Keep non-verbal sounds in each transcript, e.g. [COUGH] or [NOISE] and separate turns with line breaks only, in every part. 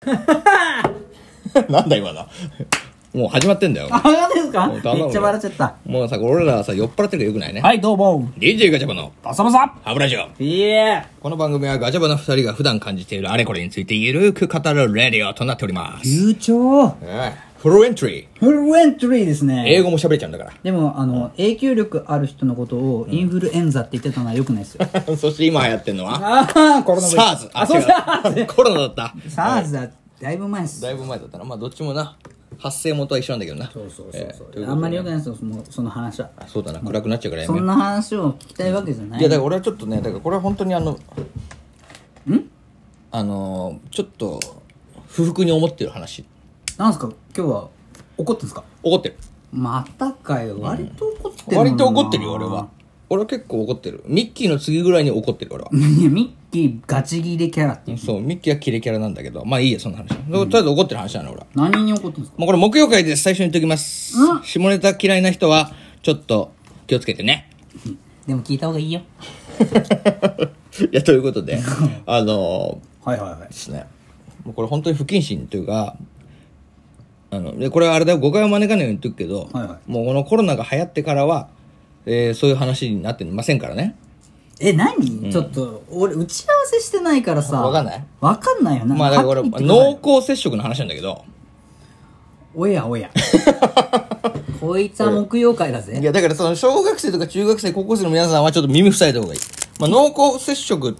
[LAUGHS] なんだ今だ。もう始まってんだよ。
あ、なんですか
もう頼むよ
めっちゃ笑っちゃった。
もうさ、俺らさ、酔っ払ってるからよくないね。
はい、どうも。
DJ ガチャバの
バサバサ
ハブラジオ。
いえ
この番組はガチャバの二人が普段感じているあれこれについてゆるく語るレディオとなっております。
流暢
ええフルエントリー。
フルエントリーですね。
英語も喋れちゃうんだか
でも、あの、永久力ある人のことをインフルエンザって言ってたのは良くないですよ。
ら。そして今流行ってんのは、
ああ、コロナウイルス。
SARS。
あ、そうだ。
違うコロナだった。
サーズだ。だいぶ前です。
だいぶ前だったな。まあどっちもな、発生元は一緒なんだけどな。
そうそう
ええとい
そうそう
ことで
う。あんまり良くないですよ、そのその話は。
そうだな、暗くなっちゃうからや
そ
めよ
ん
う。
な話を聞きたいわけじゃない
いや、だから俺はちょっとね、だからこれは本当にあの、んあのー、ちょっと、不服に思ってる話。
なんですか今日は怒ってんすか
怒ってる。
またかよ割と怒ってるもんな
割と怒ってるよ、俺は。俺は結構怒ってる。ミッキーの次ぐらいに怒ってる、俺は。
いやミッキーガチギレキャラっていう
そう、ミッキーはキレキャラなんだけど、まあいいや、そんな話。とりあえず怒ってる話なの、俺は。
何に怒ってんすか
もうこれ木曜会です。最初に言っておきます。下ネタ嫌いな人は、ちょっと気をつけてね。
でも聞いた方がいいよ
いや、ということで、あのー、
はいはいはい
ですね。もうこれ本当に不謹慎というか、あの、で、これはあれだよ、誤解を招かないように言っとくけど、
はいは
もうこのコロナが流行ってからは、えーそういう話になってませんからね。
え何、ちょっと俺打ち合わせしてないからさ
わかんない
わかんないよな
まあだからこれ、
はっきり言ってください
濃厚接触の話なんだけど、
おやお [LAUGHS] やこいつは木曜会だ
い
ぜ
やだからその小学生とか中学生、高校生の皆さんはちょっと耳塞いだ方がいい。まあ濃厚接触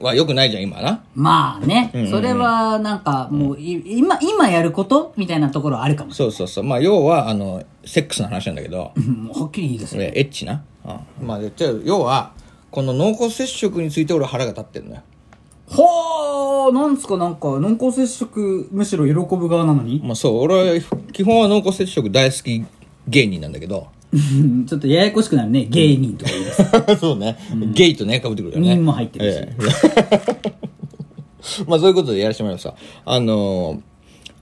は良くないじゃん、今はな。
まあね、それはなんかもうい、今今やることみたいなところはあるかもし
そうそうそう。まあ要は、あの、セックスの話なんだけど、
れないもうはっきり言いですよ
えエッチな。うんまあで、じゃあ要は、この濃厚接触について俺は腹が立ってるのよ。
はあなんすかなんか濃厚接触むしろ喜ぶ側なのに [LAUGHS]
まあそう、俺は基本は濃厚接触大好き芸人なんだけど。
ちょっとややこしくなるね芸人とか言い出す
[LAUGHS] そうね、ゲイとね、被ってくるよね。
人も入ってるし
ええ [LAUGHS] まあそういうことでやらせてもらいました。あのー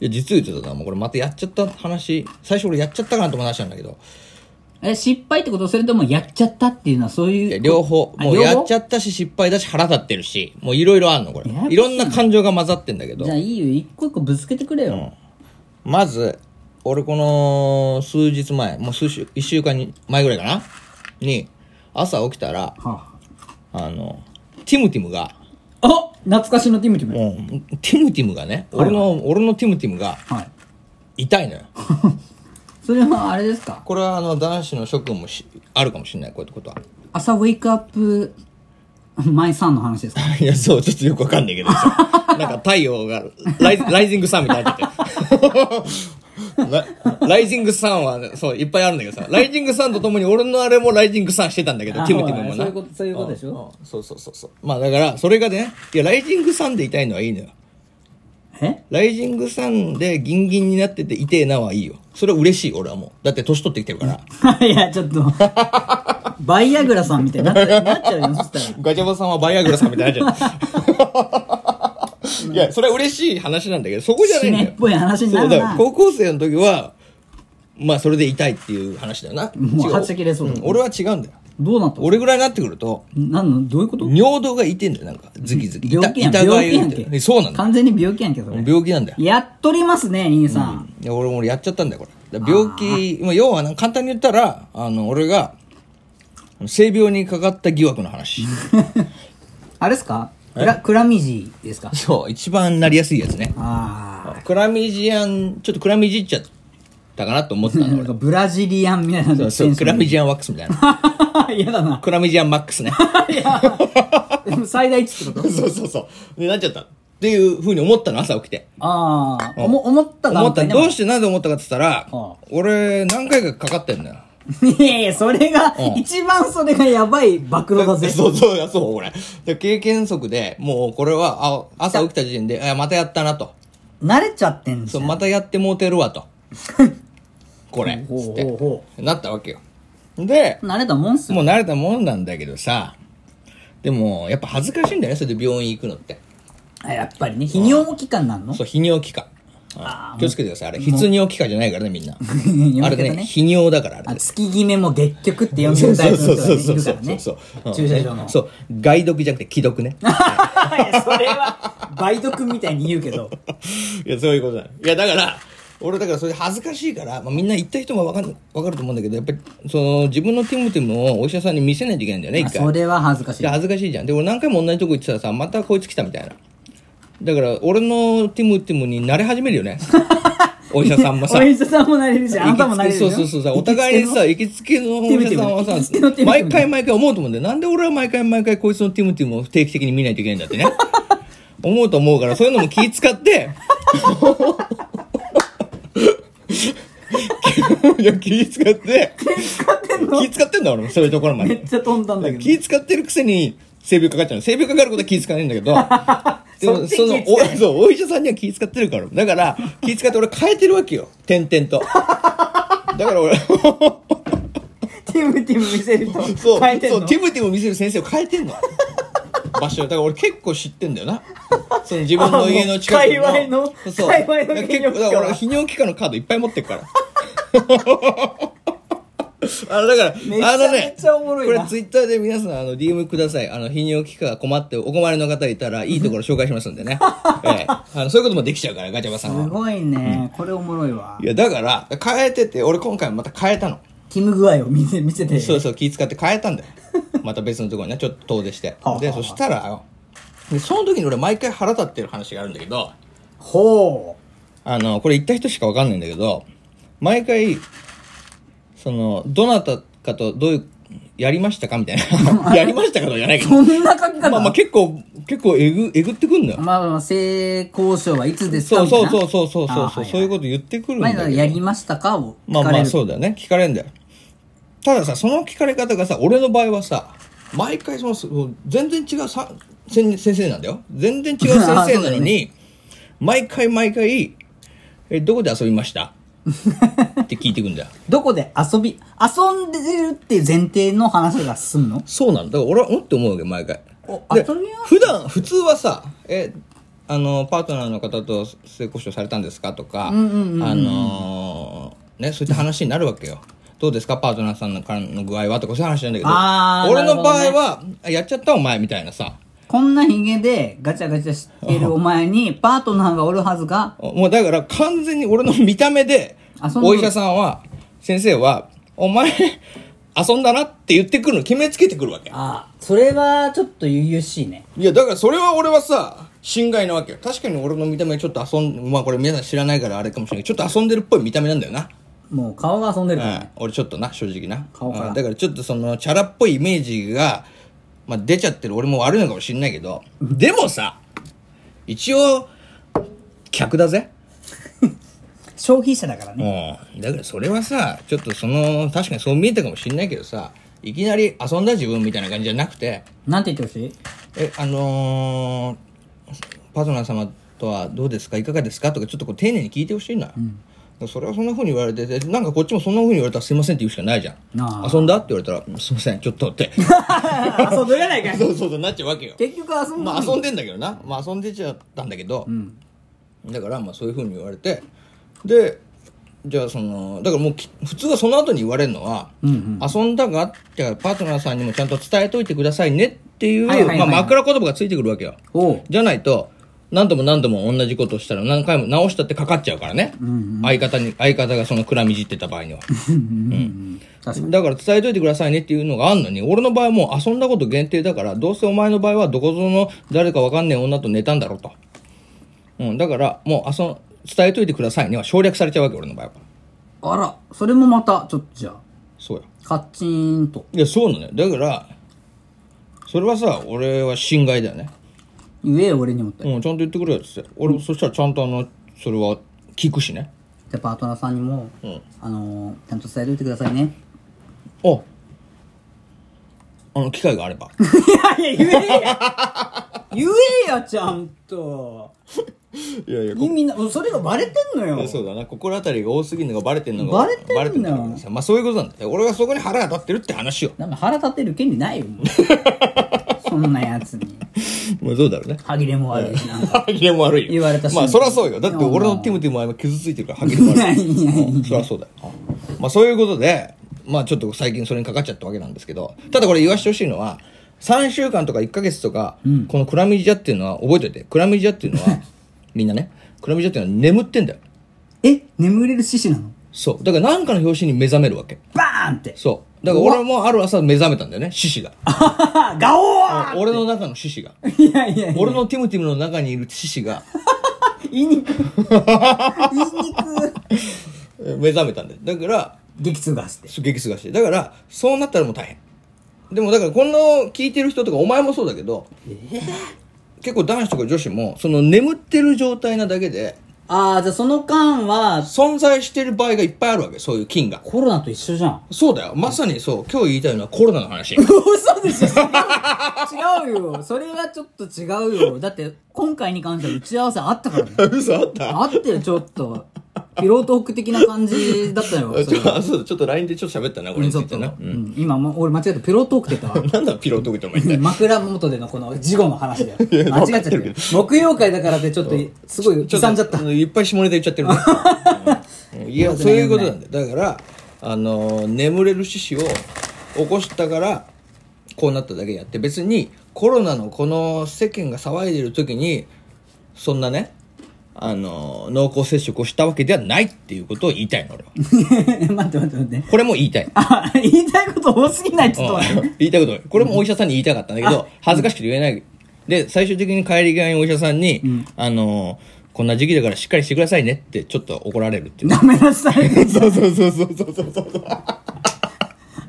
いや実を言うとだな、もうこれまたやっちゃった話、最初俺やっちゃったかなと思う話なんだけど、
え失敗ってことそれともやっちゃったっていうのはそう
い
い
や
う
両方、
あ
もうやっち
ゃ
ゃったし失敗だし腹立ってるし、もういろいろあんの、これ
ややこ。
い
しいな
ろんな感情が混ざってんだけど
じゃ、あいいよ一個一個ぶつけてくれよ、
まず、俺この数日前、もう数週、一週間に前ぐらいかなに、朝起きたら、
は
あの、ティムティムが、
あ、あ懐かしのティムティム
うんティムティムがね、俺の、俺のティムティムが
はい
痛いのよ。
それはあれですか
これはあの、男子の諸君もしあるかもしれない、こういうことは。 [LAUGHS]
朝ウェイクアップマイさんの話ですか
いや、そう、ちょっとよくわかんないけど
[LAUGHS]
さ。なんか太陽がライ、ライジングサンみたいになっちゃってる [LAUGHS] ラライジングサンはね、そう、いっぱいあるんだけどさ、ライジングサンとともに俺のあれもライジングサンしてたんだけど、ティムティムも
そう
な
いう。ことそういうことでしょ
そうそうそうそう。まあだから、それがね、いや、ライジングサンで痛いのはいいのよ。
え [LAUGHS]
ライジングサンでギンギンになってて痛えなはいいよ。それは嬉しい、俺はもう。だって年取ってきてるから。
いやちょっ
[LAUGHS]
とバイアグラさんみたいになっちゃなっちゃうよそしたら
ガチャバさんはバイアグラさんみたいになっちゃう。 [LAUGHS] いや、それは嬉しい話なんだけど、そこじゃない
死
んだ
ね
よ
っ。ぽい話にな
そう
る
だから
な
高校生の時は、まあそれで痛いっていう話だよな。
もう
違
はち切れそうだ
ん俺は違うんだよ。
どうなった
俺ぐらいになってくると、
なんのどういうこと
尿道が痛いんだよ、なんか。ズキズキ。
病気やん
痛痛が
病気
ゆ
や
い
ん
って
け
そうなんだよ。
完全に病気やんけそれ
病気なんだよ。
やっとりますね兄さん、
いや俺もやっちゃったんだよこれだから病気まあ要はな簡単に言ったらあの俺が性病にかかった疑惑の話
あれですかクラクラミジーですか
そう一番なりやすいやつね
ああ
クラミジアンちょっとクラミジっちゃったかなと思ってたの
なん
俺
かブラジリアンみたいなの
そうクラミジアンワックスみたいな
[LAUGHS] 嫌だな
クラミジアンマッ [LAUGHS] クスね
でも最大値ってこと
そうそうそうでなっちゃったっていうふうに思ったの朝起きて
ああ思思った
思ったどう
し
してなんで思ったかって言ったら
あ
俺何回かかかってんだよ
いやいやそれが、一番それがやばい暴露だぜ
そうそうや、そう、これ。で経験則で、もうこれは、あ朝起きた時点で、あまたやったなと。
慣れちゃってんじ
そ
ゃ
う、
ん
またやってもうてるわ
[LAUGHS]
と。これ、
ほう
つっ
ほうほ
て。なったわけよ。で、
慣れたもんっすよ
もう慣れたもんなんだけどさ、でも、やっぱ恥ずかしいんだよね、それで病院行くのって。
あやっぱりね泌尿期間なんの
そう、泌尿器科。はい気をつけてください。あれ、必尿機械じゃないからね、みん
[LAUGHS]
な。あれ
けど
ね、泌尿だから、あれ
あ。月決めも月曲って呼んでるタイプの人がねいるからね駐車場の
そう害毒じゃなくて既読ね
[LAUGHS] いやそれは梅毒みたいに言うけど
[LAUGHS] いやそういうことだいやだから俺だからそれ恥ずかしいから、まあ、みんな言った人も分かる分かると思うんだけどやっぱりその自分のティムティムをお医者さんに見せないといけないんだよね
あ
一回
それは恥ずかしい
で恥ずかしいじゃんで俺何回も同じとこ行ってたらさまたこいつ来たみたいなだから俺のティムティムに慣れ始めるよねお医者さんもさ
お医者さんもなれるしあんたもなれる
そうそうそうそうお互いにさ行きつけのお医者さんはさ
ティムティム行きつけのティムティム
毎回毎回思うと思うんだよなんで俺は毎回毎回こいつのティムティムを定期的に見ないといけないんだってね [LAUGHS] 思うと思うからそういうのも気使って
[LAUGHS]
[LAUGHS] いや気使って気使ってんだ俺もそういうところま
[LAUGHS] め
で
っちゃ飛んだんだけど
気使ってるくせに性病かかっちゃうの性病かかることは気使わないんだけ
[LAUGHS]
どで
そっ
も
ち
その
気使
お
わ
そうお医者さんには気使ってるからだから気使って俺変えてるわけよ点々
[LAUGHS]
とだから俺
ティムティム見せる人
そう
変えてん
そう
の
ティムティム見せる先生を変えてんの [LAUGHS] 場所だから俺結構知ってんだよなその自分の家の近く
あもう界隈の
そう
界隈の泌尿器科
結構だから俺泌尿器科のカードいっぱい持って
[LAUGHS]
るからあのだから
めち
あ
ゃ
の
め
ね
ちゃおもろいな
これツイッターで皆さんあの DM くださいあの泌尿器科が困ってお困りの方いた
[LAUGHS]
らいいところ紹介しますんでね、ええあのそういうこともできちゃうからガチャバさ
す
んは
ごいねこれおもろいわ
いやだから変えてて俺今回また変えたの
ティム具合を見せ見せて
そうそう気使って変えたんだ
[LAUGHS]
よまた別のところにねちょっと遠出して
はあは
で
あ
そしたらでその時に俺毎回腹立ってる話があるんだけど
ほ
あのこれ言った人しか分かんないんだけど毎回そのどなたかとどういうやりましたかみたい
[LAUGHS]
なやりましたかとかじゃないうけど
そんな書き方
まあまあ結構結構えぐえぐってくんのよ
まあまあ性交渉はいつですか
そう
みたい
そう
な
そうそうそう
あ
そう
はいはい
そういうこと言ってくるんだ
前
けど
のやりましたかを
まあ
聞か
ま
れ
あ
る
そうだよね聞かれるんだよたださその聞かれ方がさ俺の場合はさ毎回そのそう全然違うさ先先生なんだよ全然違う先
[LAUGHS] あー
生
そう
な
だ
の
よ
に、毎回毎回え「どこで遊びました? 」って聞いてくんだよ
どこで遊び遊んでるっていう前提の話が進むの
そうなんだから俺はうんって思うわけ毎回
お
で
遊びは
普段普通はさえあのパートナーの方と性交渉されたんですかとかあのーねそういった話になるわけよどうですかパートナーさんのからの具合はとかそういう話なんだけど
あー
俺の場
なる
合
ほ
は、やっちゃったお前みたいなさ
こんなヒゲでガチャガチャしてるお前にパートナーがおるはずが
もうだから完全に俺の見た目で
あそんな
お医者さんは先生は「お前遊んだな」って言ってくるの決めつけてくるわけ
ああそれはちょっと優々しいね
いや、だからそれは俺はさ、心外なわけよ。確かに俺の見た目ちょっと遊ん、まあこれ皆さん知らないからあれかもしれないけど、ちょっと遊んでるっぽい見た目なんだよな。
もう顔が遊んでる
う
からね
ん、俺ちょっとな、正直な。
顔から
うんだからちょっとその、チャラっぽいイメージが、まあ出ちゃってる俺も悪いのかもしれないけど、でもさ、一応、客だぜ。
消費者だからね
うん。だからそれはさ、ちょっとその、確かにそう見えたかもしれないけどさ、いきなり遊んだ自分みたいな感じじゃなくて、
なんて言ってほしい
えあのーパートナー様とはどうですかいかがですかとかちょっとこう丁寧に聞いてほしいな、それはそんなふうに言われててなんかこっちもそんなふうに言われたらすいませんって言うしかないじゃ
あ
ん
ー
遊んだって言われたらすいませんちょっとって
[LAUGHS] 遊んでるやないかい
そうそうそうなっちゃうわけよ
[LAUGHS] 結局遊んで
まあ遊んでんだけどな、まあ、遊んでちゃったんだけど、だからまあそういうふうに言われてでじゃあそのだからもうき普通はその後に言われるのは、遊んだがじゃあパートナーさんにもちゃんと伝えといてくださいねっていう、
はいはいはいはい
まあ、枕言葉がついてくるわけよ
おう
じゃないと何度も何度も同じことをしたら何回も直したってかかっちゃうからね、相方に相方がそのくらみじってた場合には
確
だから伝えといてくださいねっていうのがあんのに、俺の場合はもう遊んだこと限定だから、どうせお前の場合はどこぞの誰かわかんねえ女と寝たんだろうと。うん、だからもう遊ん、伝えといてくださいねは省略されちゃうわけ、俺の場合は。
あらそれもまたちょっとじゃあ
そうや。
カッチーンと
いや、そうなのよ。だから、それはさ、俺は侵害だよね。
言えよ俺にもって
うん、ちゃんと言ってくれよっつって。俺、そしたらちゃんとあの、それは聞くしね。
じゃあパートナーさんにも、
ん
あのーちゃんと伝えておいてくださいね
ああの、機会があれば。
[LAUGHS] いやいや言えや言えやちゃんと
[LAUGHS] いやいや
意味なそれがバレてんのよ
そうだな心当たりが多すぎるのがバレてんのが
バレてんの
バレのがさまあそういうことなんだよ俺はそこに腹が立ってるって話よ [LAUGHS]
なんか腹立てる権利ないよもうそんなやつに
まあそうだろう [LAUGHS] ね。
歯切れも悪いしなんか
歯切れも悪いよ。
言われたし
まあそりゃそうよ。だって俺のティムティムは今傷ついてるから歯切れも悪い。
いやいやい
[LAUGHS] うんそりゃそうだよ。まあそういうことで、まあちょっと最近それにかかっちゃったわけなんですけど、ただこれ言わしてほしいのは、3週間とか1ヶ月とか、このクラミジアっていうのは覚えておいて、クラミジアっていうの [LAUGHS] は、みんなね、クラミジアっていうのは眠ってんだよ。
え眠れる獅子なの
そう。だから何かの表紙に目覚めるわけ。
バーンって
そう。だから俺もある朝目覚めたんだよね、獅子が。
あはは [LAUGHS] ガオ
俺の中の獅子 [LAUGHS] が。
ーいやいやいや
俺のティムティムの中にいる獅子が、
言いにくい言いにくい
え目覚めたんだよ。だから、
激痛が走って
す激すがしてだからそうなったらもう大変でもだからこの聞いてる人とかお前もそうだけど、結構男子とか女子もその眠ってる状態なだけで
ああじゃあその間は
存在してる場合がいっぱいあるわけそういう菌が
コロナと一緒じゃん
そうだよまさにそう今日言いたいのはコロナの話
嘘でしょ違う違うよそれはちょっと違うよだって今回に関しては打ち合わせあったからね
[LAUGHS] 嘘あった
あってよちょっとピロートーク的な感じだったよそ
[LAUGHS] ち
れ
ょっとあそうだちょっと LINE でちょっと喋ったなこれにつ
ちょ
い
っと、
て
う、
なん
今もう俺間違えたピロートークって言ったわ
[LAUGHS]
[LAUGHS]
なんだピロートークってお前言っ
枕元でのこの事後の話だよ
いや
間違っ
わ
ちゃっ
かってて
る
るけど
木曜会だからってちょっとすごい
ちょ
悲惨じ [LAUGHS] ゃった
といっぱい下ネタ言っちゃって
[LAUGHS]
るね、うんいやそういうことなんだよだからあのー眠れる獅子を起こしたからこうなっただけであって別にコロナのこの世間が騒いでる時にそんなねあのー濃厚接触をしたわけではないっていうことを言いたいの俺は
待って [LAUGHS] 待って待って
これも言いたい
あ [LAUGHS] 言いたいこと多すぎないちょっと待って
うん言いたいことないこれもお医者さんに言いたかったんだけど恥ずかしくて言えないで最終的に帰り際にお医者さんに、あのこんな時期だからしっかりしてくださいねってちょっと怒られるっていう
なめなさい
そうそうそうそうそうそうそう
あ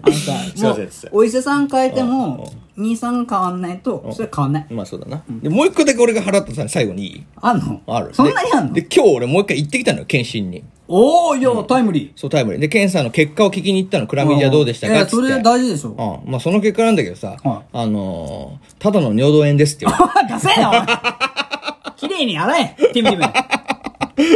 のさ
すい
も
ません
うお医者さん変えても23変わんないとそれは変わんない
まあそうだな、でもう一個だけ俺が払ったさ最後にいい
あんの
ある
そんなにあんの
でで今日俺もう一回行ってきたのよ検診に
おおいやタイムリ
そうタイムリーで検査の結果を聞きに行ったのクラミジアどうでした
い
か
や
っつっ
そ
て
れ大事で
[LAUGHS]
しょ
うんまあその結果なんだけどさ、
はい
あのーただの尿道炎ですって言われて
ダサいなお前綺麗に洗えティムティム